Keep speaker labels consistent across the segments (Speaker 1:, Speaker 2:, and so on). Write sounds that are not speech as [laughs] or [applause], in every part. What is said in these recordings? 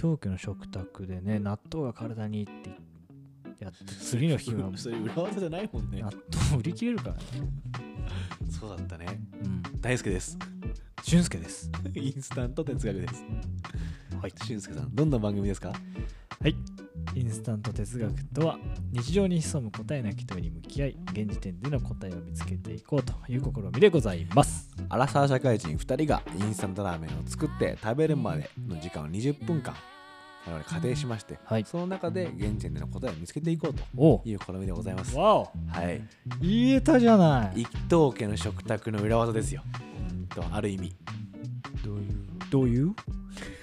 Speaker 1: 東京の食卓でね納豆が体にいいってやって次の日は
Speaker 2: [laughs] それ裏技じゃないもんね
Speaker 1: 納豆売り切れるからね、
Speaker 2: そうだったね
Speaker 1: うん、
Speaker 2: 大輔
Speaker 1: [laughs]
Speaker 2: です
Speaker 1: 俊介です
Speaker 2: インスタント哲学です
Speaker 1: はい
Speaker 2: 俊介さんどんな番組ですか
Speaker 1: はい。インスタント哲学とは日常に潜む答えなき問いに向き合い現時点での答えを見つけていこうという試みでございます。
Speaker 2: アラサー社会人2人がインスタントラーメンを作って食べるまでの時間を20分間我々仮定しまして、
Speaker 1: はい
Speaker 2: その中で現時点での答えを見つけていこうと
Speaker 1: おう
Speaker 2: いう試みでございますは
Speaker 1: わお
Speaker 2: い
Speaker 1: 言えたじゃない
Speaker 2: 一等家の食卓の裏技ですようんとある意味
Speaker 1: どういうどういう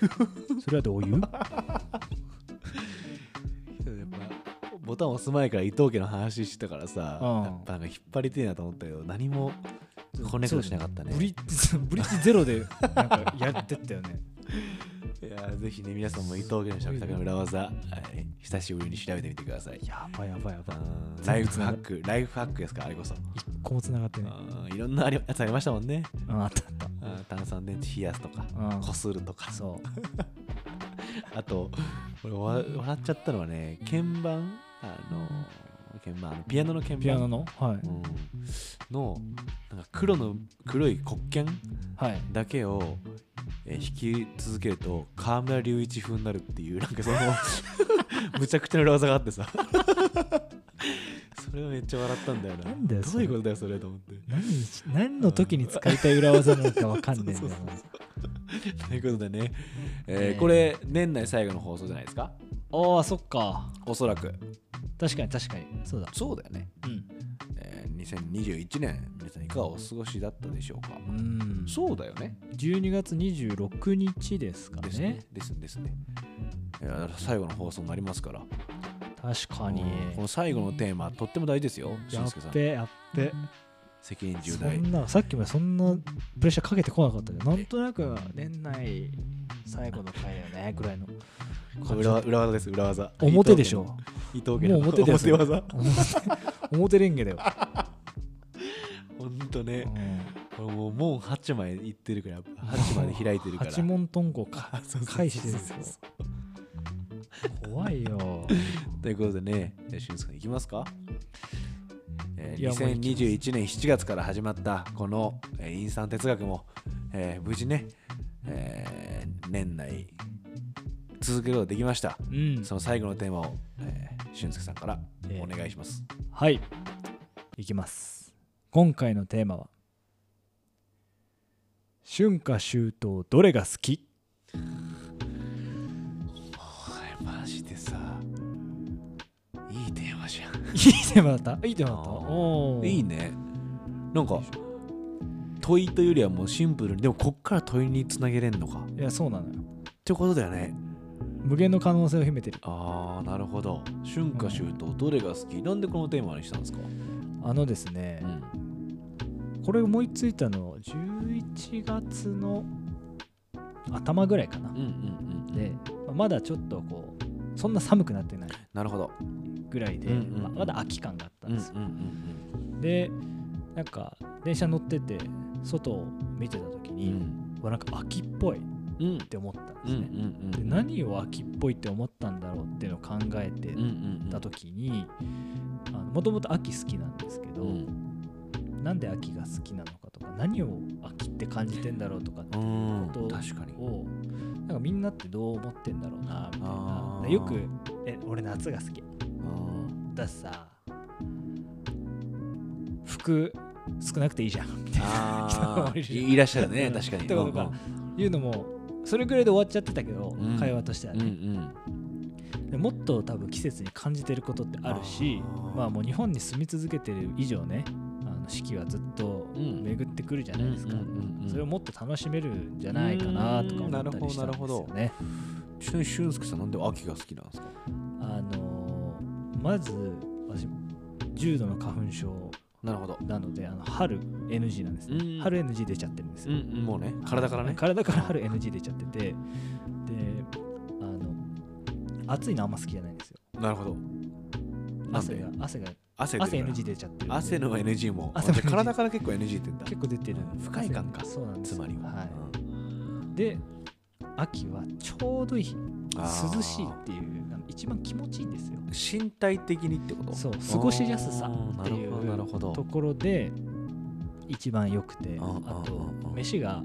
Speaker 1: [laughs] それはどういう
Speaker 2: ボタン押す前から伊藤家の話してたからさ、
Speaker 1: うん
Speaker 2: やっぱなんか引っ張りてえなと思ったけど何もこねこねしなかったね
Speaker 1: ブリッジブリッジゼロでなんかやってったよね。
Speaker 2: いやーぜひね皆さんも伊藤家の食卓の裏技、はい、久しぶりに調べてみてください
Speaker 1: [laughs] やばいやばいや
Speaker 2: う
Speaker 1: ばい。
Speaker 2: んライフハックライフハックですからあれこそ
Speaker 1: 一個もつながってね。
Speaker 2: うんいろんなありやつありましたもんね
Speaker 1: うん、あったあった
Speaker 2: うん炭酸電池冷やすとか。
Speaker 1: うん
Speaker 2: こするとか
Speaker 1: そう。
Speaker 2: [laughs] あと俺わ笑っちゃったのはね鍵盤あの鍵盤あのピアノの鍵盤
Speaker 1: ピアノのはい。
Speaker 2: うんのなんか黒の黒い黒鍵
Speaker 1: はい。
Speaker 2: だけを、えー弾き続けると河村隆一風になるっていうなんかそのむちゃくちゃな裏技があってさそれはめっちゃ笑ったんだよな
Speaker 1: なんだよそ
Speaker 2: どう
Speaker 1: れ
Speaker 2: いうことだよそれと思って
Speaker 1: 何に何の時に使いたい裏技なのかわかんねえんだよな。
Speaker 2: ということでね、えー
Speaker 1: ね
Speaker 2: これ年内最後の放送じゃないですか
Speaker 1: ああそっか
Speaker 2: おそらく
Speaker 1: 確かに確かにそうだ
Speaker 2: そうだよね、
Speaker 1: うん
Speaker 2: えー2021年皆さんいかがお過ごしだったでしょうか
Speaker 1: うん
Speaker 2: そうだよね
Speaker 1: 12月26日ですか
Speaker 2: です
Speaker 1: ね
Speaker 2: ねですねですねいやだから最後の放送になりますから
Speaker 1: 確かに
Speaker 2: うんこの最後のテーマとっても大事ですよ
Speaker 1: や
Speaker 2: 俊介さ
Speaker 1: っ
Speaker 2: ん
Speaker 1: べやっべ
Speaker 2: 責任重
Speaker 1: そ
Speaker 2: 大
Speaker 1: んなさっきまでそんなプレッシャーかけてこなかったけどなんとなく年内最後の回だよねぐらいの
Speaker 2: これ裏技裏技です裏技
Speaker 1: 表でしょ
Speaker 2: 伊藤家の伊
Speaker 1: もう
Speaker 2: 藤家
Speaker 1: 表
Speaker 2: の
Speaker 1: だよ
Speaker 2: 表
Speaker 1: それ
Speaker 2: 技
Speaker 1: 表レンゲだよ、
Speaker 2: ほんと
Speaker 1: う
Speaker 2: ね
Speaker 1: ん、
Speaker 2: これもう門8枚いってるから8枚で開いてるから
Speaker 1: 八問遁甲
Speaker 2: あ
Speaker 1: か
Speaker 2: そうそう
Speaker 1: 返してるんです
Speaker 2: そうそう
Speaker 1: よ怖い [laughs] よ
Speaker 2: ということでね、じゃあ、俊介さん、いきますか。えー
Speaker 1: いやもう行きます
Speaker 2: 2021年7月から始まったこの、えーインスタント哲学も、えー無事ね、えー年内続けることができました。
Speaker 1: うん
Speaker 2: その最後のテーマを、えー俊介さんから
Speaker 1: えー
Speaker 2: お願いします。
Speaker 1: はい。いきます。今回のテーマは、春夏秋冬どれが好 [laughs] き
Speaker 2: おいマジでさ、いいテーマじゃん。
Speaker 1: いいテーマだったいいテーマだった
Speaker 2: あー
Speaker 1: お
Speaker 2: [laughs]
Speaker 1: ー
Speaker 2: いいね。なんか、問いというよりはもうシンプルに、でもこっから問いにつなげれんのか。っ
Speaker 1: いや、そうなのよ。
Speaker 2: てことだよね。
Speaker 1: 無限の可能性を秘めてる。
Speaker 2: あーなるほど春夏秋冬どれが好き、なんでこのテーマにしたんですか、
Speaker 1: あのですね、これ思いついたの、11月の頭ぐらいかな。
Speaker 2: うんうんうん
Speaker 1: で、まあまだちょっとこう、そんな寒くなってない
Speaker 2: なるほど
Speaker 1: ぐらいで、
Speaker 2: うんうんうん
Speaker 1: まあまだ秋感があった
Speaker 2: うん
Speaker 1: ん
Speaker 2: う
Speaker 1: で
Speaker 2: ん
Speaker 1: すよ。で、なんか、電車乗ってて、外を見てた時
Speaker 2: うんうんう
Speaker 1: に、
Speaker 2: ん
Speaker 1: わなんか秋っぽいっ
Speaker 2: うん
Speaker 1: て思ったん
Speaker 2: う
Speaker 1: で
Speaker 2: んう
Speaker 1: す
Speaker 2: ん
Speaker 1: ね。で何を秋っぽいって思ったんだろうっていうのを考えて
Speaker 2: うんうん
Speaker 1: た時にもともと秋好きなんですけど、
Speaker 2: うん
Speaker 1: なんで秋が好きなのかとか何を秋って感じてんだろうとかっていうこ
Speaker 2: うん
Speaker 1: と
Speaker 2: 確かに
Speaker 1: をなんかみんなってどう思ってんだろうなみたい
Speaker 2: あー
Speaker 1: なでよく「え俺夏が好き
Speaker 2: うん」
Speaker 1: だしさ服少なくていいじゃんみたいな人
Speaker 2: あ
Speaker 1: も
Speaker 2: ー
Speaker 1: いるじゃん
Speaker 2: いいらっしゃるね
Speaker 1: うん
Speaker 2: 確かに
Speaker 1: ってことかいうのもそれぐらいで終わっちゃってたけど、
Speaker 2: うん
Speaker 1: 会話としては
Speaker 2: うんう
Speaker 1: ね、
Speaker 2: ん
Speaker 1: でもっと多分季節に感じてることってあるし
Speaker 2: あー
Speaker 1: まあもう日本に住み続けてる以上ねあの四季はずっと
Speaker 2: うん
Speaker 1: 巡ってくるじゃないですか、
Speaker 2: うんうんうんうん
Speaker 1: それをもっと楽しめるんじゃないかなとか思ったりしたんですよね、
Speaker 2: ちなみに俊介さんなんで秋が好きなんですか
Speaker 1: あのーまず私重度の花粉症
Speaker 2: なるほど
Speaker 1: なのであの春 NG なんですね、
Speaker 2: うん
Speaker 1: 春 NG 出ちゃってるんです
Speaker 2: う
Speaker 1: よ、
Speaker 2: んうんもうね体からね
Speaker 1: 体から春 NG 出ちゃっててであの暑いのあんま好きじゃないんですよ
Speaker 2: なるほどなん
Speaker 1: 汗
Speaker 2: で
Speaker 1: が汗が
Speaker 2: 汗出て
Speaker 1: 汗
Speaker 2: るから
Speaker 1: NG 出ちゃってるんで
Speaker 2: 汗の NG も
Speaker 1: 汗も NG
Speaker 2: じゃあ体から結構 NG って言った
Speaker 1: 結構出てるんで
Speaker 2: 不快感か
Speaker 1: 汗がそうなんです
Speaker 2: つ
Speaker 1: よ
Speaker 2: まりは
Speaker 1: は
Speaker 2: うん
Speaker 1: い、で秋はちょうどいい
Speaker 2: あー
Speaker 1: 涼しいっていうあの一番気持ちいいんですよ
Speaker 2: 身体的にってこと
Speaker 1: そう過ごしやすさってい
Speaker 2: あーなる
Speaker 1: う
Speaker 2: ほどなるほど
Speaker 1: ところで一番良くて
Speaker 2: んうんうん
Speaker 1: あと飯が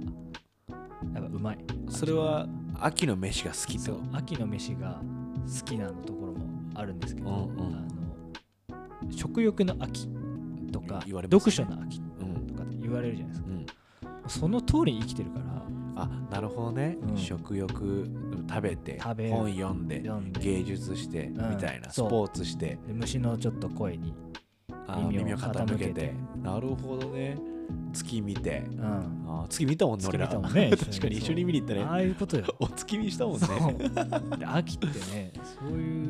Speaker 1: やっぱうまい
Speaker 2: それは秋の飯が好きって
Speaker 1: そ
Speaker 2: こ
Speaker 1: う秋の飯が好きなのところもあるんですけど、
Speaker 2: うんうん
Speaker 1: あの食欲の秋とか、
Speaker 2: 言われます
Speaker 1: 読書の秋
Speaker 2: とうん
Speaker 1: とかって言われるじゃないですか
Speaker 2: うん
Speaker 1: その通りに生きてるから
Speaker 2: あなるほどね、
Speaker 1: うん
Speaker 2: 食欲食べて
Speaker 1: 食べる
Speaker 2: 本読んで
Speaker 1: 読んで
Speaker 2: 芸術して、
Speaker 1: ん
Speaker 2: みたいなス
Speaker 1: そう
Speaker 2: ポーツして
Speaker 1: で虫のちょっと声に、
Speaker 2: あー
Speaker 1: 耳を
Speaker 2: 耳を傾けて
Speaker 1: 傾けて
Speaker 2: なるほどね月見て
Speaker 1: うん、
Speaker 2: あー月見たもんね
Speaker 1: 月
Speaker 2: 俺ら
Speaker 1: 見たもんね
Speaker 2: [laughs] 確かに一緒に見に行った
Speaker 1: そうあ
Speaker 2: ね
Speaker 1: あいうことよ
Speaker 2: お月見したもんね
Speaker 1: そうで秋ってねそういう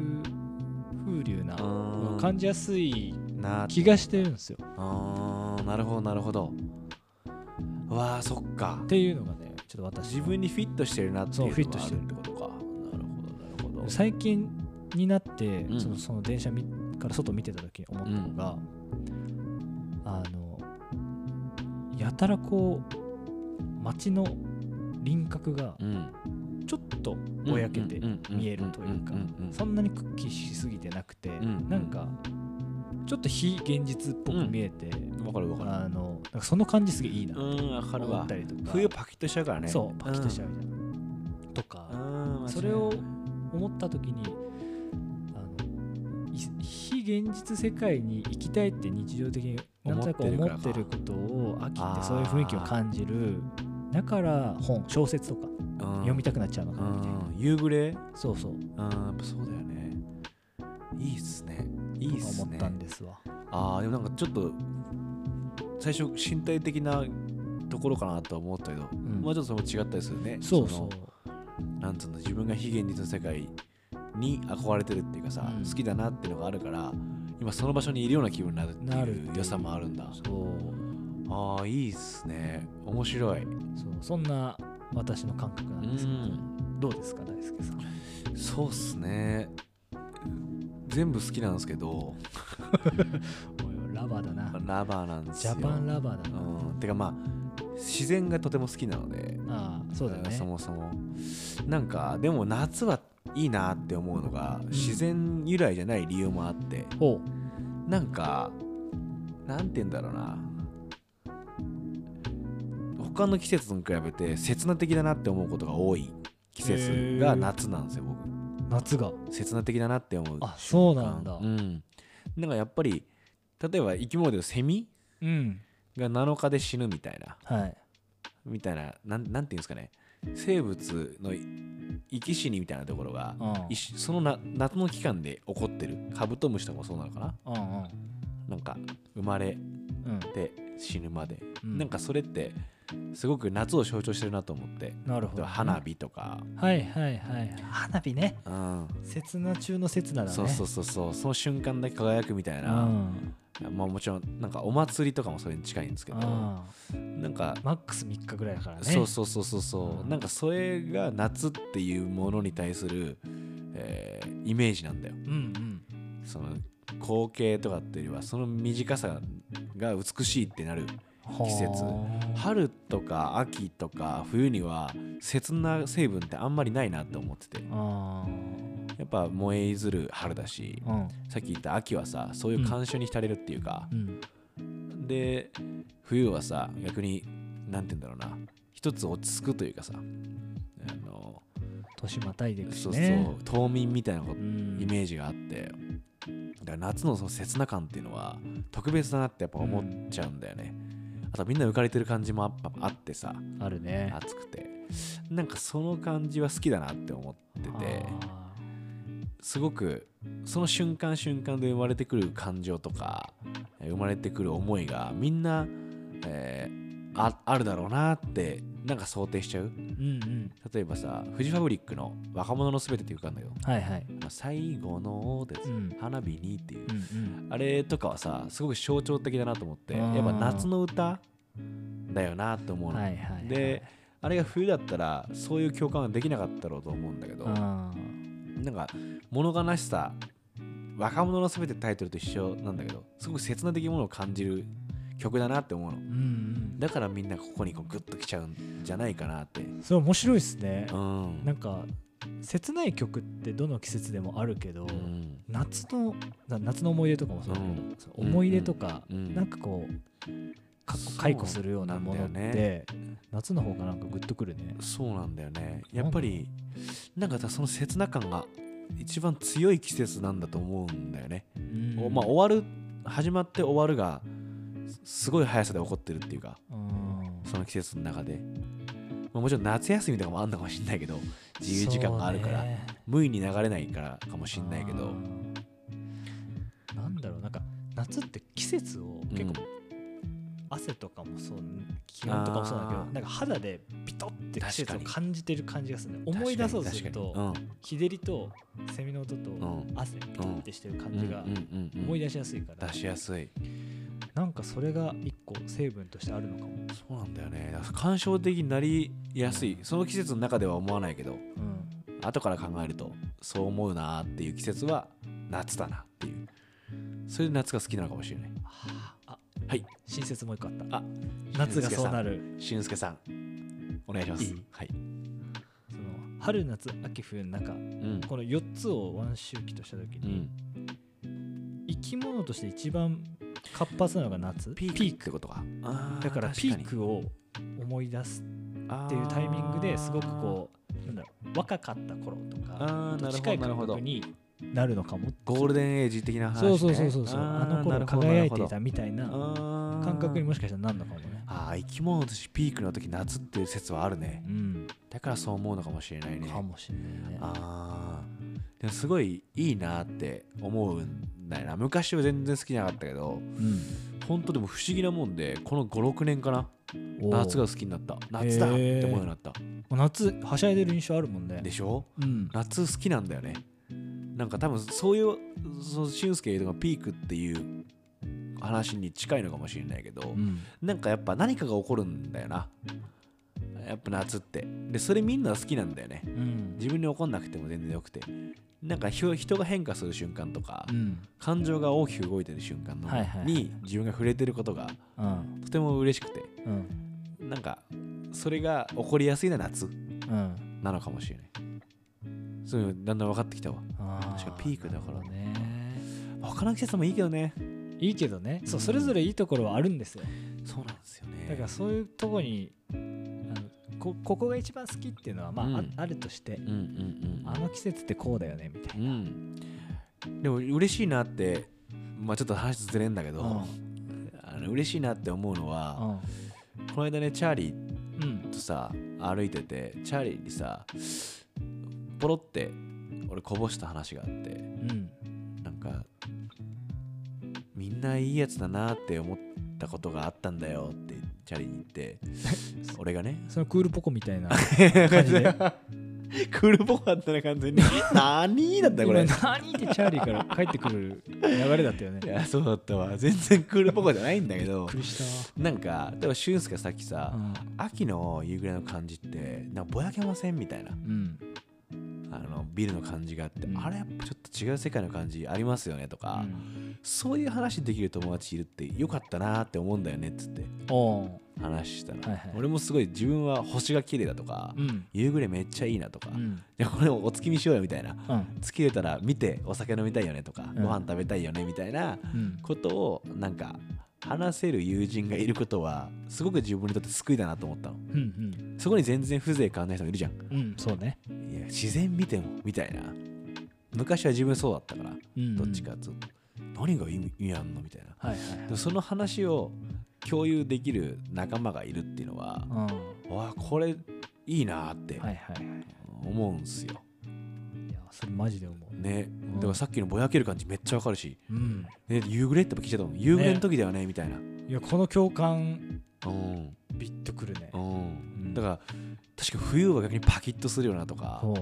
Speaker 1: 風流な
Speaker 2: うん
Speaker 1: 感じやすい
Speaker 2: な
Speaker 1: 気がしてるんですよっ
Speaker 2: あーなるほどなるほどうわあそっか
Speaker 1: ていうのがねちょっと私
Speaker 2: 自分にフィットしてるなっていうの
Speaker 1: そうフィット
Speaker 2: があ
Speaker 1: して
Speaker 2: る
Speaker 1: る
Speaker 2: ってことかなるほどなるほど
Speaker 1: 最近になって、
Speaker 2: ん
Speaker 1: そのその電車みから外見てた時に思ったのが、あのやたらこう街の輪郭が
Speaker 2: うん
Speaker 1: ちょっとぼやけて
Speaker 2: うんうんうんうん
Speaker 1: 見えるというか
Speaker 2: うんうんうん
Speaker 1: そんなにくっきりしすぎてなくて、
Speaker 2: ん
Speaker 1: なんかちょっと非現実っぽく見えて、
Speaker 2: わかるわかる
Speaker 1: あのなんかその感じすげえいいなと
Speaker 2: うんわかる
Speaker 1: 思
Speaker 2: わ
Speaker 1: ったりとか
Speaker 2: 冬パキッとしちゃうからね
Speaker 1: そうパキッとしちゃ
Speaker 2: う
Speaker 1: うみたいな、とか。
Speaker 2: ん、うん
Speaker 1: それを思った時にあのい非現実世界に行きたいって日常的になんとなく思
Speaker 2: 思っ
Speaker 1: ってて
Speaker 2: る
Speaker 1: る
Speaker 2: か
Speaker 1: ことを秋ってそういう雰囲気を感じるだから本小説とか読み
Speaker 2: た
Speaker 1: たくなっちゃうのかなみたいな、
Speaker 2: 夕暮れ
Speaker 1: そうそう
Speaker 2: うんやっぱそうだよねいいっすねいいっす
Speaker 1: 思っ
Speaker 2: ね
Speaker 1: たんですわ
Speaker 2: あーでもなんかちょっと最初身体的なところかなとは思ったけど、
Speaker 1: ん
Speaker 2: まあちょっとそれも違ったりするね
Speaker 1: そうそ
Speaker 2: の
Speaker 1: う
Speaker 2: なんつうの自分が非現実の世界に憧れてるっていうかさ、
Speaker 1: うん
Speaker 2: 好きだなっていうのがあるから今その場所にいるような気分になるって
Speaker 1: なるっ
Speaker 2: い
Speaker 1: ていうう
Speaker 2: 良さもあるんだ
Speaker 1: そう
Speaker 2: ああいいっすね面白い
Speaker 1: そうそんな私の感覚なんですけど、どうですか大輔さん
Speaker 2: そうっすね全部好きなんですけど
Speaker 1: おいラバーだな
Speaker 2: ラバーなんです
Speaker 1: ジ
Speaker 2: よ
Speaker 1: ャパンラバーだな、
Speaker 2: うんてかまあ自然がとても好きなので
Speaker 1: ああそうだよね
Speaker 2: そもそもなんかでも夏はいいなって思うのが、自然由来じゃない理由もあって
Speaker 1: ほう
Speaker 2: なんかなんて言うんだろうな他の季節に比べて刹那的だなって思うことが多い季節が夏なんですよ僕
Speaker 1: 夏が
Speaker 2: 刹那的だなって思う
Speaker 1: あそうなんだ
Speaker 2: うん、なんかやっぱり例えば生き物でセミ
Speaker 1: うん
Speaker 2: が7日で死ぬみたいな
Speaker 1: はい
Speaker 2: みたいななんなんていうんですかね生物のい生き死にみたいなところが、
Speaker 1: うん
Speaker 2: 一緒そのな夏の期間で起こってるカブトムシとかもそうなのかな
Speaker 1: うんうん
Speaker 2: なんか生まれ
Speaker 1: うん
Speaker 2: て死ぬまで、
Speaker 1: うん
Speaker 2: なんかそれってすごく夏を象徴してるなと思って
Speaker 1: なるほ
Speaker 2: 例え
Speaker 1: ど
Speaker 2: ば花火とか、
Speaker 1: はいはいはい花火ね
Speaker 2: うん
Speaker 1: 刹那中の刹那だね
Speaker 2: そうそうそうそうその瞬間だけ輝くみたいな、
Speaker 1: うん
Speaker 2: まあもちろんなんかお祭りとかもそれに近いんですけど、
Speaker 1: あ
Speaker 2: なんか
Speaker 1: ーマックス3日ぐらいだからね
Speaker 2: そうそうそうそうそううんなんかそれが夏っていうものに対する、えーイメージなんだよ
Speaker 1: うん
Speaker 2: その光景とかっていうよりはその短さが美しいってなる
Speaker 1: うん
Speaker 2: 季節春とか秋とか冬には切な成分ってあんまりないなって思ってて
Speaker 1: あ
Speaker 2: やっぱ燃えいずる春だし
Speaker 1: うん
Speaker 2: さっき言った秋はさそういう感傷に浸れるっていうか
Speaker 1: う、ん
Speaker 2: で冬はさ逆になんて言うんだろうな一つ落ち着くというかさあの
Speaker 1: 年またいでいくし
Speaker 2: そうそう、
Speaker 1: ね
Speaker 2: 冬眠みたいなこと
Speaker 1: うん
Speaker 2: イメージがあってだから夏のその切な感っていうのは特別だなってやっぱ思っちゃうんだよね、あとみんな浮かれてる感じもやっぱあってさ
Speaker 1: あるね
Speaker 2: 暑くてなんかその感じは好きだなって思ってて
Speaker 1: あ
Speaker 2: すごくその瞬間瞬間で生まれてくる感情とかえー生まれてくる思いがみんな、えーああるだろうなってなんか想定しちゃう
Speaker 1: ーうんうん
Speaker 2: 例えばさフジファブリックの「若者のすべて」っていうかんだけど
Speaker 1: はいはい
Speaker 2: 「最後の」です、
Speaker 1: うん
Speaker 2: 花火にっていう
Speaker 1: うんうん
Speaker 2: あれとかはさすごく象徴的だなと思って
Speaker 1: うん
Speaker 2: やっぱ夏の歌だよなと思うの、
Speaker 1: はいはいはい
Speaker 2: であれが冬だったらそういう共感はできなかったろうと思うんだけど
Speaker 1: あ
Speaker 2: なんか物悲しさ若者のすべてタイトルと一緒なんだけどすごく切な的なものを感じる曲だなって思うの
Speaker 1: うんうん
Speaker 2: だからみんなここにこうグッときちゃうんじゃないかなって
Speaker 1: それ面白いですね
Speaker 2: う、ん
Speaker 1: なんか切ない曲ってどの季節でもあるけど、
Speaker 2: うん
Speaker 1: 夏のな夏の思い出とかもそうだけど、
Speaker 2: うん
Speaker 1: その思い出とか、
Speaker 2: うん
Speaker 1: なんかこうかっこ
Speaker 2: そう
Speaker 1: 解雇するようなものっ
Speaker 2: なん
Speaker 1: て、夏の方がなんかグッとくるね
Speaker 2: そうなんだよねやっぱりなんかさその切な感が一番強い季節なんだと思うんだよね、おまあ終わる始まって終わるがすすごい速さで起こってるっていうか
Speaker 1: うん
Speaker 2: その季節の中で、まあ、もちろん夏休みとかもあんのかもしんないけど自由時間があるから、
Speaker 1: そうね
Speaker 2: 無意に流れないからかもしんないけど
Speaker 1: あーなんだろうなんか夏って季節を結構、汗とかもそう気温とかもそうだけど
Speaker 2: あー
Speaker 1: なんか肌でピトって季節を
Speaker 2: 確かに
Speaker 1: 感じてる感じがするね
Speaker 2: うん
Speaker 1: 思い出そうとす
Speaker 2: 確か
Speaker 1: る
Speaker 2: に
Speaker 1: と、
Speaker 2: 確かに
Speaker 1: 日照りとセミの音と
Speaker 2: ん
Speaker 1: 汗ピトってしてる感
Speaker 2: うん
Speaker 1: じが
Speaker 2: うんうんうん
Speaker 1: 思い出しやすいから、
Speaker 2: 出しやすい
Speaker 1: なんかそれが一個成分としてあるのかも、
Speaker 2: そうなんだよねだから感傷的になりやすいその季節の中では思わないけど
Speaker 1: うん
Speaker 2: 後から考えるとそう思うなーっていう季節は夏だなっていうそれで夏が好きなのかもしれない
Speaker 1: あーあ
Speaker 2: はい
Speaker 1: 新説もう一個あった
Speaker 2: あ
Speaker 1: 夏がそうなる
Speaker 2: しんすけさんお願いします
Speaker 1: いい
Speaker 2: はい、
Speaker 1: その春夏秋冬の中
Speaker 2: うん
Speaker 1: この4つをワン周期とした時
Speaker 2: う
Speaker 1: に、
Speaker 2: ん、
Speaker 1: 生き物として一番活発なのが夏
Speaker 2: ピークってことか
Speaker 1: だからピークを思い出すっていうタイミングですごくこうなんだろう若かった頃とか
Speaker 2: あーなるほ
Speaker 1: 近
Speaker 2: ど
Speaker 1: い
Speaker 2: なる
Speaker 1: 感
Speaker 2: ほど
Speaker 1: 覚になるのかもって
Speaker 2: ゴールデンエイジ的な話、
Speaker 1: そ
Speaker 2: ね、
Speaker 1: うそうそうそうそうあの頃輝いていた
Speaker 2: み
Speaker 1: みたいな感
Speaker 2: 感
Speaker 1: 覚にもしかしたらなるのかもね
Speaker 2: あー生き物としてピークの時夏っていう説はあるね
Speaker 1: うん
Speaker 2: だからそう思うのかもしれないね
Speaker 1: かもしれないね
Speaker 2: あーでもすごいいいなって思うんだよな昔は全然好きじゃなかったけど
Speaker 1: うん
Speaker 2: 本当でも不思議なもんでこの56年かな
Speaker 1: おう
Speaker 2: 夏が好きになった夏だって思うようになった
Speaker 1: 夏はしゃいでる印象あるもんね
Speaker 2: でしょ
Speaker 1: うん
Speaker 2: 夏好きなんだよねなんか多分そういうその俊介とかピークっていう話に近いのかもしれないけど、
Speaker 1: うん
Speaker 2: なんかやっぱ何かが起こるんだよなやっぱ夏ってでそれみんな好きなんだよね
Speaker 1: うん
Speaker 2: 自分に怒んなくても全然よくてなんかひょ人が変化する瞬間とか、
Speaker 1: うん
Speaker 2: 感情が大きく動いてる瞬間の
Speaker 1: はいはいはい
Speaker 2: に自分が触れてることが
Speaker 1: うん
Speaker 2: とても嬉しくて
Speaker 1: うん
Speaker 2: なんかそれが起こりやすいのは夏
Speaker 1: うん
Speaker 2: なのかもしれないそういうのだんだん分かってきたわ
Speaker 1: あ
Speaker 2: 確かピークだから
Speaker 1: なるほどね
Speaker 2: 他の季節もいいけどね
Speaker 1: いいけどね、そう
Speaker 2: うん
Speaker 1: それぞれいいところはあるんですよ
Speaker 2: そうなんですよね
Speaker 1: だからそういうとこにあのこここが一番好きっていうのは、まああ
Speaker 2: うん
Speaker 1: あるとして、
Speaker 2: うんうんうん
Speaker 1: あの季節ってこうだよねみたい
Speaker 2: うんでも嬉しいなってまあちょっと話ずれんだけど、
Speaker 1: な
Speaker 2: あの嬉しいなって思うの
Speaker 1: う
Speaker 2: は、
Speaker 1: ん
Speaker 2: この間ねチャーリー
Speaker 1: うん
Speaker 2: とさ歩いててチャーリーにさポロって俺こぼした話があって
Speaker 1: うん
Speaker 2: なんかみんないいやつだなって思ったことがあったんだよってチャーリーに言って俺 [laughs] がね
Speaker 1: そのクールポコみたいな感じで
Speaker 2: クールポコだったね完全に何だったよこ
Speaker 1: 今
Speaker 2: れ
Speaker 1: 何ってチャーリーから帰ってくる流れだったよね
Speaker 2: [laughs] い
Speaker 1: びっ
Speaker 2: やそうだったわ全然クールポコじゃないんだけど
Speaker 1: くりし
Speaker 2: なんかでも俊介さっき
Speaker 1: た
Speaker 2: さ、
Speaker 1: わ
Speaker 2: 秋の夕暮れの感じってなんかぼやけませんみたいな
Speaker 1: うん
Speaker 2: あのビルの感じがあって、
Speaker 1: うん
Speaker 2: あれやっぱちょっと違う世界の感じありますよねと
Speaker 1: う
Speaker 2: か、
Speaker 1: ん
Speaker 2: そういう話できる友達いるってよかったなって思うんだよねっつって
Speaker 1: おー
Speaker 2: 話したら、
Speaker 1: はいはい
Speaker 2: 俺もすごい自分は星が綺麗だとか、
Speaker 1: うん
Speaker 2: 夕暮れめっちゃいいなとか、
Speaker 1: う
Speaker 2: い
Speaker 1: ん
Speaker 2: やこれお月見しようよみたいな
Speaker 1: うん
Speaker 2: 月出たら見てお酒飲みたいよねとか、
Speaker 1: うん
Speaker 2: ご飯食べたいよねみたいな
Speaker 1: うん
Speaker 2: ことをなんか話せる友人がいることはすごく自分にとって救いだなと思ったの
Speaker 1: うんうん
Speaker 2: そこに全然風情感じない人もいるじゃん
Speaker 1: うんそうね
Speaker 2: いや自然見てもみたいな昔は自分そうだったから
Speaker 1: うん
Speaker 2: どっちかっつうと、何が意味意味あんのみたいな
Speaker 1: はいはいはい
Speaker 2: でもその話を共有できる仲間がいるっていうのは
Speaker 1: うんは
Speaker 2: わあこれいいなーって
Speaker 1: いはいはい
Speaker 2: 思うんすよ、
Speaker 1: いやそれマジで思う
Speaker 2: ね
Speaker 1: ん
Speaker 2: だからさっきのぼやける感じめっちゃわかるし、
Speaker 1: うん
Speaker 2: ね、夕暮れってやっぱ聞いちゃったもん夕暮れの時だよねみたいない
Speaker 1: やこの共感
Speaker 2: うん
Speaker 1: ビッとくるね
Speaker 2: うんだから確か冬は逆にパキッとするよなとか
Speaker 1: そ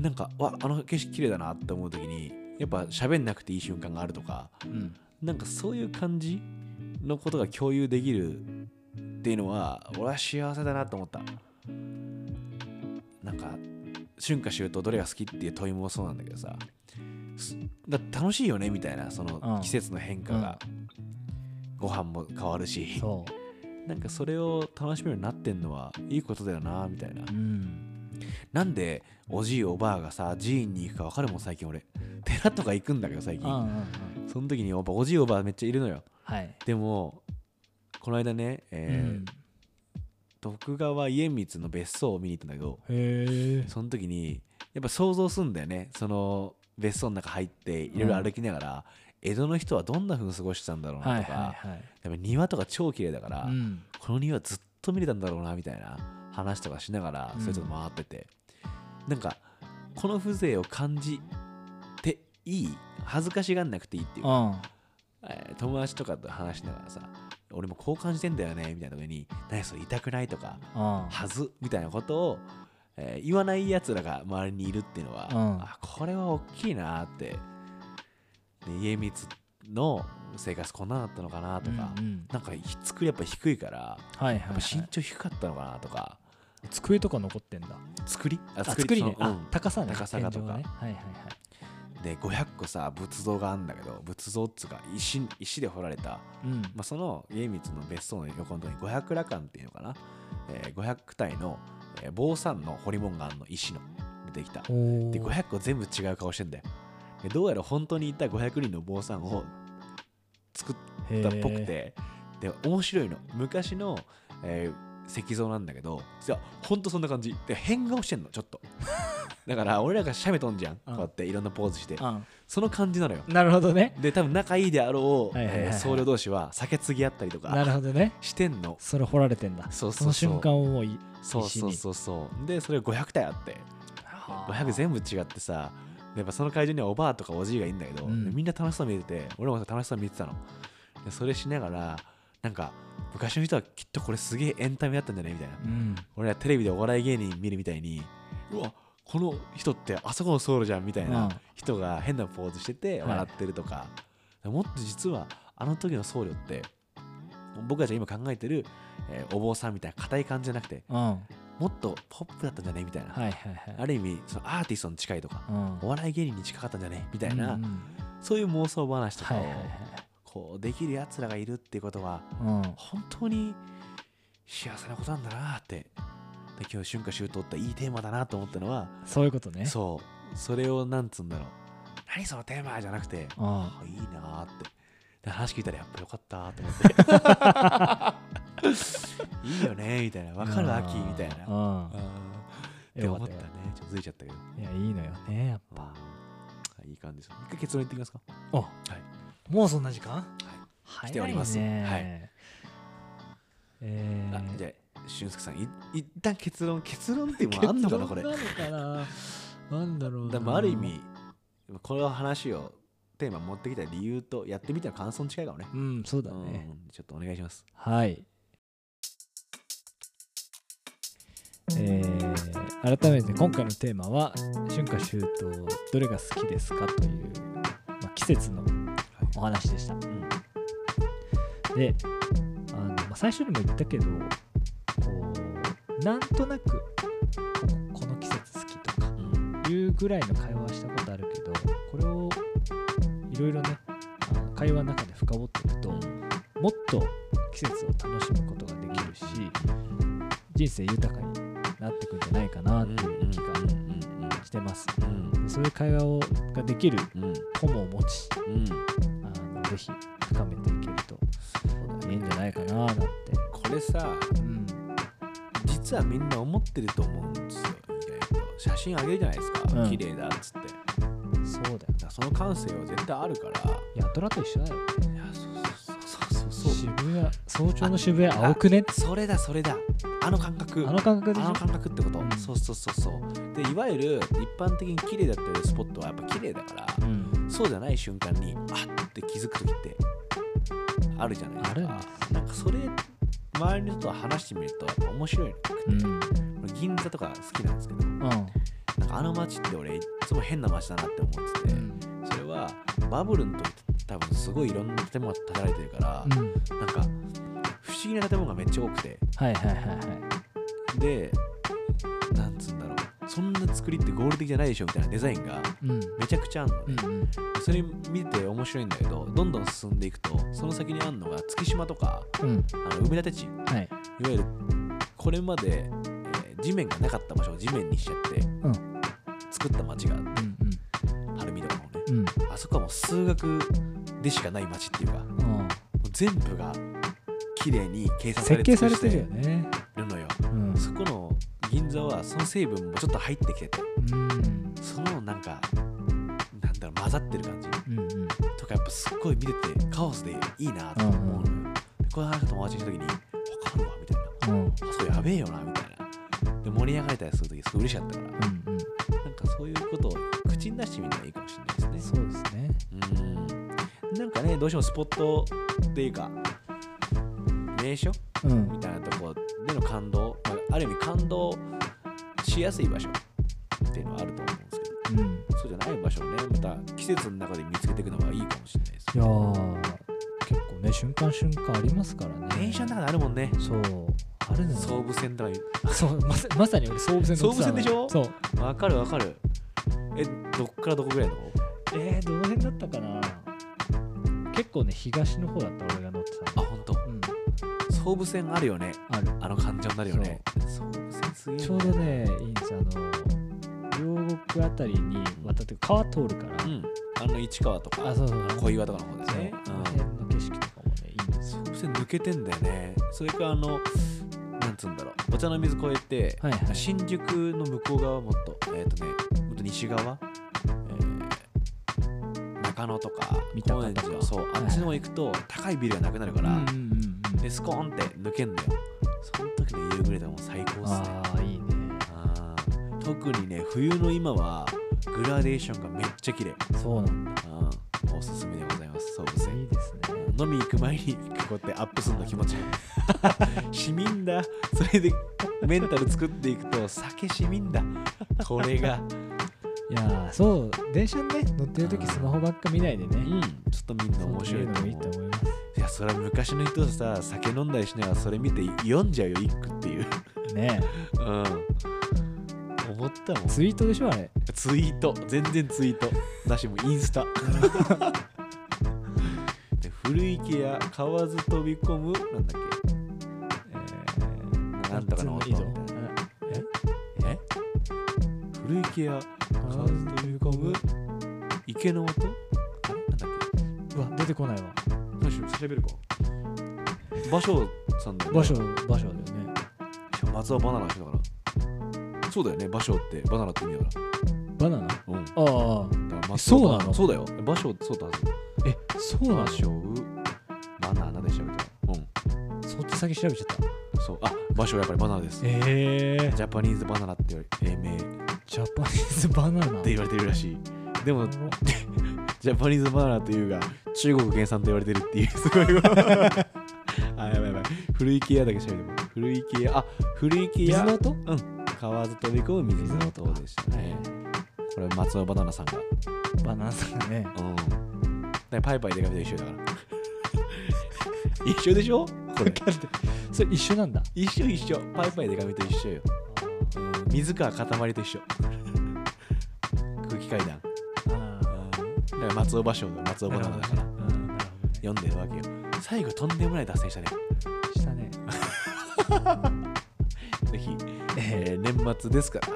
Speaker 1: う
Speaker 2: なんかわあの景色綺麗だなって思う時にやっぱ喋んなくていい瞬間があるとか
Speaker 1: うん
Speaker 2: なんかそういう感じのことが共有できるっていうのは俺は幸せだなと思ったなんか春夏秋冬どれが好きっていう問いもそうなんだけどさすだ楽しいよねみたいなその
Speaker 1: うん
Speaker 2: 季節の変化が、ご飯も変わるし
Speaker 1: そ
Speaker 2: なんかそれを楽しめるようになってんのはいいことだよなみたいな
Speaker 1: ううん
Speaker 2: なんでおじいおばあがさ寺院に行くか分かるもん最近俺寺とか行くんだけど最
Speaker 1: うんうんう
Speaker 2: 近
Speaker 1: ん
Speaker 2: その時にやっぱおじいおばあめっちゃいるのよ
Speaker 1: はい
Speaker 2: でもこの間ね、えー
Speaker 1: うん
Speaker 2: 徳川家光の別荘を見に行ったんだけど
Speaker 1: へえ
Speaker 2: その時にやっぱ想像すんだよねその別荘の中入っていろいろ歩きながら、江戸の人はどんな風に過ごしてたんだろう
Speaker 1: は
Speaker 2: ないとか、
Speaker 1: はいはい
Speaker 2: やっぱ庭とか超綺麗だから、
Speaker 1: うん
Speaker 2: この庭ずっと見れたんだろうなみたいな話とかしながら
Speaker 1: うん
Speaker 2: そういうとこ回ってて、なんかこの風情を感じていい恥ずかしがんなくていいっていうか、
Speaker 1: あ
Speaker 2: えー友達とかと話しながらさ俺もこう感じてんだよねみたいな時に何それ痛くないとか
Speaker 1: あ
Speaker 2: はずみたいなことを、えー言わないやつらが周りにいるっていうのは、
Speaker 1: うん
Speaker 2: あこれは大きいなーってで家光の生活こんなだったのかなとか、
Speaker 1: うんうん
Speaker 2: なんか作りやっぱ低いから
Speaker 1: はいはい
Speaker 2: やっ
Speaker 1: は
Speaker 2: ぱ
Speaker 1: い
Speaker 2: 身長低かったのかなとか、
Speaker 1: 机とか残ってんだ
Speaker 2: 作りあ
Speaker 1: あ作りね
Speaker 2: その
Speaker 1: あ高さね
Speaker 2: 高さがとか
Speaker 1: 天井ねはいはいはい
Speaker 2: うんで500個さ仏像があるんだけど仏像っつうか石石で彫られた、
Speaker 1: うん
Speaker 2: まあ、その家光の別荘の横のとこに500羅漢っていうのかな、えー500体の、えー坊さんの彫り物があるの石の出てきた
Speaker 1: お
Speaker 2: で
Speaker 1: ー
Speaker 2: 500個全部違う顔してんだよでどうやら本当にいた500人の坊さんを作っ
Speaker 1: へ
Speaker 2: だ
Speaker 1: ー
Speaker 2: っぽくてで面白いの昔の、えー石像なんだけどいやほんとそんな感じで変顔してんのちょっとだから俺らがしゃべとんじゃんこうやっていろんなポーズして
Speaker 1: あ
Speaker 2: その感じなのよ
Speaker 1: なるほどね
Speaker 2: で多分仲いいであろう
Speaker 1: はいはいはいは
Speaker 2: え
Speaker 1: い
Speaker 2: ー僧侶同士は酒継ぎ合ったりと
Speaker 1: な
Speaker 2: か
Speaker 1: るほどね
Speaker 2: してんの
Speaker 1: それ掘られてんだ
Speaker 2: そう
Speaker 1: そ
Speaker 2: そうそう
Speaker 1: の瞬間をもうい
Speaker 2: そう
Speaker 1: 石
Speaker 2: そ
Speaker 1: に
Speaker 2: うそうそうでそれ500体あって500全部違ってさでやっぱその会場にはおばあとかおじいがいるんだけど、
Speaker 1: うん
Speaker 2: でみんな楽しそうに見てて俺もさ楽しそうに見てたのでそれしながらなんか昔の人はきっとこれすげえエンタメだったんじゃないみたいな
Speaker 1: うん
Speaker 2: 俺らテレビでお笑い芸人見るみたいにうわこの人ってあそこの僧侶じゃんみたい
Speaker 1: うん
Speaker 2: な人が変なポーズしてて
Speaker 1: はい
Speaker 2: 笑ってるとか、もっと実はあの時の僧侶って僕たちが今考えてる、えーお坊さんみたいな硬い感じじゃなくて
Speaker 1: うんは
Speaker 2: もっとポップだったんじゃないみたいな、
Speaker 1: いはいはい
Speaker 2: ある意味そのアーティストに近いとか、
Speaker 1: うん
Speaker 2: お笑い芸人に近かったんじゃねみたいな、
Speaker 1: うんうん
Speaker 2: そういう妄想話とか
Speaker 1: は
Speaker 2: を、
Speaker 1: いはいはい
Speaker 2: こうできるやつらがいるっていうことは
Speaker 1: うん
Speaker 2: 本当に幸せなことなんだなってで今日春夏秋冬っていいテーマだなと思ったのは
Speaker 1: そういうことね
Speaker 2: そうそれをなんつうんだろう何そのテーマじゃなくて
Speaker 1: あ
Speaker 2: あいいなーってで話聞いたらやっぱよかったーと思って
Speaker 1: [laughs]
Speaker 2: いいよねーみたいなわかる秋みたいな
Speaker 1: な
Speaker 2: あーっ
Speaker 1: うん
Speaker 2: て
Speaker 1: よか
Speaker 2: 思
Speaker 1: っ
Speaker 2: った
Speaker 1: た
Speaker 2: ね
Speaker 1: よ
Speaker 2: ちょっとずれちゃったけど
Speaker 1: いやいいのよねやっ
Speaker 2: まあ、いい感じです。一回結論言ってきますか。
Speaker 1: ぱあ
Speaker 2: はい。
Speaker 1: もうそんな時間
Speaker 2: 来ております
Speaker 1: 早いね
Speaker 2: はい
Speaker 1: えー
Speaker 2: あじゃあ、俊介さん、い一旦結論、結論っ
Speaker 1: [laughs]
Speaker 2: ていうのもあんのかな、これ。
Speaker 1: 結
Speaker 2: だ
Speaker 1: 論なのかななんだろうな
Speaker 2: まあ、ある意味、この話をテーマ持ってきた理由と、やってみたら感想に近いかもね。
Speaker 1: うんそう
Speaker 2: う
Speaker 1: だね
Speaker 2: ん、ちょっとお願いします。
Speaker 1: はいえー改めて今回のテーマは「春夏秋冬どれが好きですか?」という、まあ、季節のお話でした
Speaker 2: うん
Speaker 1: であの、まあ、最初にも言ったけどこうなんとなくここの季節好きとか
Speaker 2: うん
Speaker 1: いうぐらいの会話はしたことあるけどこれをいろいろねあの会話の中で深掘っていくともっと季節を楽しむことができるし人生豊かになってくんじゃないかなっていう気がしてます。でそういう会話をができる
Speaker 2: うんうんうんうんうん
Speaker 1: 友を持ち
Speaker 2: うん
Speaker 1: あのぜひ深めていけるといいんじゃないかななんて、
Speaker 2: これさ
Speaker 1: うん、
Speaker 2: 実はみんな思ってると思うんですよ意外と写真あげるじゃないですか、
Speaker 1: うん
Speaker 2: 綺麗だっつってだか
Speaker 1: そうだよ
Speaker 2: らその感性は絶対あるから
Speaker 1: ヤトラと一緒だよ
Speaker 2: いやそうそうそうそうそう
Speaker 1: 渋谷早朝の渋谷青くね
Speaker 2: それだそれだあの感
Speaker 1: あ
Speaker 2: 覚
Speaker 1: の感覚でし
Speaker 2: あ
Speaker 1: ょ
Speaker 2: の感覚ってこと、
Speaker 1: うん
Speaker 2: そうそうそうそうでいわゆる一般的に綺麗だっていうスポットはやっぱ綺麗だから
Speaker 1: うん
Speaker 2: そうじゃない瞬間にあって気づく時ってあるじゃないですか
Speaker 1: あ
Speaker 2: なんかそれ周りの人と話してみるとやっぱ面白いの
Speaker 1: うん
Speaker 2: 俺銀座とか好きなんですけどなんかあの街って俺いつも変な街だなって思ってて、それはバブルの時って多分すごいいろんな建物が建てられてるから、
Speaker 1: うん
Speaker 2: なんか不思議な建物がめっちゃ多くて
Speaker 1: はいはいはいはい
Speaker 2: でなんつうんだろうそんな作りって合理的じゃないでしょみたいなデザインが
Speaker 1: うんうん
Speaker 2: めちゃくちゃあんのね、
Speaker 1: うん
Speaker 2: それ見て面白いんだけどどんどん進んでいくとその先にあるのが月島とか
Speaker 1: うん
Speaker 2: あの埋め立て地い
Speaker 1: はい
Speaker 2: わゆるこれまで、えー地面がなかった場所を地面にしちゃって、
Speaker 1: ん
Speaker 2: 作った町があって
Speaker 1: うん
Speaker 2: 晴海とかもね
Speaker 1: うんうん
Speaker 2: あそこはもう数学でしかない町っていうかも
Speaker 1: あ
Speaker 2: う全部が綺麗に計算
Speaker 1: あ
Speaker 2: さ
Speaker 1: 設
Speaker 2: れ
Speaker 1: 計
Speaker 2: 尽
Speaker 1: さ
Speaker 2: く
Speaker 1: れ
Speaker 2: して
Speaker 1: るよ
Speaker 2: て
Speaker 1: ね
Speaker 2: るのよ
Speaker 1: うん
Speaker 2: そこの銀座はその成分もちょっと入ってきてて
Speaker 1: うん
Speaker 2: そのなんかなんだろう混ざってる感じ
Speaker 1: うんうん
Speaker 2: とかやっぱすっごい見ててカオスでいいなと思うのよ、でこういう話を友達にした時に「わかるわ」みたいな
Speaker 1: うんうん
Speaker 2: 「あそこやべえよな」みたいなで盛り上がれたりする時すごい嬉しかったから
Speaker 1: うん
Speaker 2: なんかそういうことを口に出してみるのがいいかもしれないですね
Speaker 1: そうですね
Speaker 2: うんなんかねどうしてもスポットっていうか名所
Speaker 1: うん
Speaker 2: みたいなとこでの感動、まあ、ある意味感動しやすい場所っていうのはあると思うんですけど
Speaker 1: うん
Speaker 2: そうじゃない場所をねまた季節の中で見つけていくのがいいかもしれないです
Speaker 1: いやー結構ね瞬間瞬間ありますからね
Speaker 2: 電車の中であるもんね
Speaker 1: そうあるのよ
Speaker 2: 総武線とかいう
Speaker 1: そうまさまさに俺総武線の
Speaker 2: 総武線でしょ
Speaker 1: そう
Speaker 2: わかるわかるえどっからどこぐらいの
Speaker 1: えー、どの辺だったかな結構ね東の方だった俺が乗ってた
Speaker 2: あ
Speaker 1: の
Speaker 2: 本当
Speaker 1: うん
Speaker 2: 総武線あるよね
Speaker 1: ある
Speaker 2: あの感情になるよね総武線すげえ
Speaker 1: ちょうどねいいんですあの両国あたりに渡って川通るから、
Speaker 2: うんあの市川とか
Speaker 1: あそうそうそう
Speaker 2: 小岩とかの方です
Speaker 1: そう
Speaker 2: ね
Speaker 1: あの辺の景色とかもねいいんです
Speaker 2: うん総武線抜けてんだよねそれかあのなんつうんだろうお茶の水越えて、
Speaker 1: はいはい
Speaker 2: 新宿の向こう側もっとえっ、とねもっと西側、えー中野とか
Speaker 1: 三鷹とか
Speaker 2: 高円寺そうあっちの方行くと、高いビルがなくなるか、
Speaker 1: からうんうんうんうん
Speaker 2: でスコーンって抜けんだよその時の夕暮れとかも最高っすね
Speaker 1: ああいいね
Speaker 2: あー特にね冬の今はグラデーションがめっちゃ綺麗
Speaker 1: そうなんだ
Speaker 2: あーおすすめでございますそうです
Speaker 1: い
Speaker 2: ね
Speaker 1: いですね
Speaker 2: 飲み行く前にこうやってアップするの気持ちいい [laughs] 市民だそれでメンタル作っていくと酒市民だこれが
Speaker 1: いやーそう電車にね乗ってる時スマホばっか見ないで
Speaker 2: う
Speaker 1: ね
Speaker 2: んちょっとみんな面白いと
Speaker 1: そう
Speaker 2: 思
Speaker 1: いううのもいいと思います
Speaker 2: いやそれは昔の人さ酒飲んだりしながらそれ見て読んじゃうよ一句っていう
Speaker 1: ね
Speaker 2: うん思ったもん
Speaker 1: えツイートでしょあれ
Speaker 2: ツイート全然ツイートなしもうインス [laughs] タで古池や買わず飛び込むなんだっけえー、なんとかの音
Speaker 1: いいぞ
Speaker 2: え古池や買わず飛び込む池の音あれなんだっ
Speaker 1: うわ出てこないわ
Speaker 2: けどうしよう調べるか芭蕉さんだよね
Speaker 1: 場所場所だよね
Speaker 2: 松尾バナナの人だからそうだよね芭蕉ってバナナって意味だか
Speaker 1: バナナ
Speaker 2: らうんだか
Speaker 1: ああ
Speaker 2: ら松尾
Speaker 1: そうなの
Speaker 2: バナナそうだよ芭蕉ってそうだはず
Speaker 1: えそうな
Speaker 2: マ
Speaker 1: の
Speaker 2: ショウバナナでしょみたいな
Speaker 1: そっち先調べちゃった
Speaker 2: うんそうあマショウやっぱりバナナです
Speaker 1: ええ
Speaker 2: ジャパニーズバナナって英名って
Speaker 1: ジャパニーズバナナ
Speaker 2: 言われてるらしいでも
Speaker 1: うん
Speaker 2: ジャパニーズバナナというが中国原産と言われてるっていう [laughs] すごいあやばいやばい古池屋だけ調べても古池屋あ古池
Speaker 1: 水
Speaker 2: 屋
Speaker 1: の音
Speaker 2: 川ず飛び込む水の音でしたねこれ松尾バナナさんが
Speaker 1: バナナさんがね
Speaker 2: うんだからパイパイでかめと一緒だから [laughs] 一緒でしょこ
Speaker 1: [laughs]
Speaker 2: れ
Speaker 1: それ一緒なんだ
Speaker 2: 一緒一緒パイパイでかみと一緒よ、うん、水川かたまりと一緒空気階段
Speaker 1: あ
Speaker 2: だ
Speaker 1: あ
Speaker 2: から松尾芭蕉だ松尾バナナだから
Speaker 1: うんなるほどね
Speaker 2: 読んでるわけよ最後とんでもない脱線したね
Speaker 1: したね
Speaker 2: ぜひ、えー年末ですから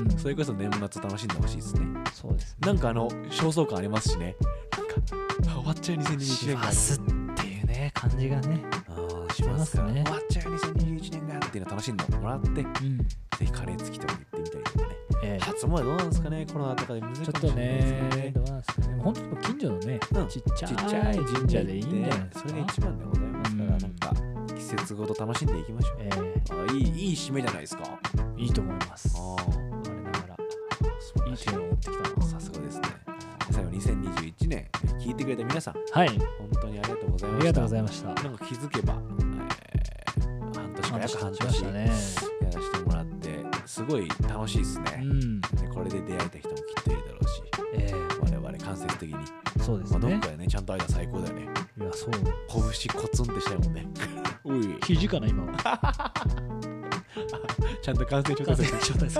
Speaker 1: うん
Speaker 2: それこそ年末楽しんでほしいですね
Speaker 1: そうです
Speaker 2: なんかあの焦燥感ありますしねなんかあ終わっちゃう2021
Speaker 1: し
Speaker 2: 年
Speaker 1: ま
Speaker 2: が
Speaker 1: すっていうね感じがね
Speaker 2: あーしますから
Speaker 1: しますね
Speaker 2: 終わっちゃう2021年がっていうのを楽しんでもらってぜ
Speaker 1: うん
Speaker 2: ひカレー付きとか行ってみたりとかね
Speaker 1: ええ
Speaker 2: 初詣どうなんですかねコロナとかで難しい
Speaker 1: ちょ
Speaker 2: か
Speaker 1: っ
Speaker 2: も
Speaker 1: と
Speaker 2: しれないですけど
Speaker 1: ねどうなんですかね本当に近所のね
Speaker 2: うん
Speaker 1: ちっちゃ
Speaker 2: ちっちゃい
Speaker 1: い
Speaker 2: 神社
Speaker 1: 神社
Speaker 2: で
Speaker 1: で
Speaker 2: い
Speaker 1: い
Speaker 2: い
Speaker 1: い
Speaker 2: ん
Speaker 1: ん
Speaker 2: じ
Speaker 1: じ
Speaker 2: ゃ
Speaker 1: ゃ
Speaker 2: なで
Speaker 1: ないいです
Speaker 2: か
Speaker 1: すか
Speaker 2: それが一番でございますから、
Speaker 1: うん
Speaker 2: なんか季節ごと楽しんでいきましょう、
Speaker 1: え
Speaker 2: あいいいい締めじゃないですかあ
Speaker 1: えいいと思います
Speaker 2: あ
Speaker 1: 我ながら
Speaker 2: 素晴
Speaker 1: い
Speaker 2: ら
Speaker 1: い
Speaker 2: し
Speaker 1: 点を持ってきた
Speaker 2: いさすがですね最後2021年聞いてくれた皆さん
Speaker 1: はいあ
Speaker 2: 本当にありがとうございました
Speaker 1: りがとうございました
Speaker 2: なんか気づけば、えー半年か
Speaker 1: 半
Speaker 2: 約
Speaker 1: 年
Speaker 2: 半
Speaker 1: 経ち
Speaker 2: 年
Speaker 1: ましたね
Speaker 2: やらせてもらってすごい楽しいです
Speaker 1: う
Speaker 2: ね、
Speaker 1: ん
Speaker 2: でこれで出会えた人もきっといるだろうし
Speaker 1: え
Speaker 2: 我々間接的に、
Speaker 1: えそうです
Speaker 2: まあ、どっ
Speaker 1: ね
Speaker 2: かでねちゃんと会えたら最高だよね
Speaker 1: いやそう
Speaker 2: 拳コツンってしたいもん
Speaker 1: [laughs]
Speaker 2: ねおい
Speaker 1: 肘かな今は
Speaker 2: [laughs] ちゃんと感染症
Speaker 1: 完
Speaker 2: 対
Speaker 1: 全
Speaker 2: 策
Speaker 1: に状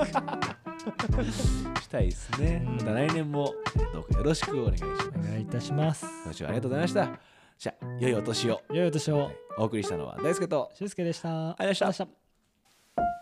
Speaker 1: 態です
Speaker 2: [laughs] したいですね。
Speaker 1: うん
Speaker 2: また来年もどうかよろしくお願いします。
Speaker 1: お願いいたします。
Speaker 2: ご視聴ありがとうございました。じゃあ、良いお年を。
Speaker 1: よいお年を。
Speaker 2: お送りしたのは大輔と。
Speaker 1: しゅうすけでした。
Speaker 2: ありがとうございました。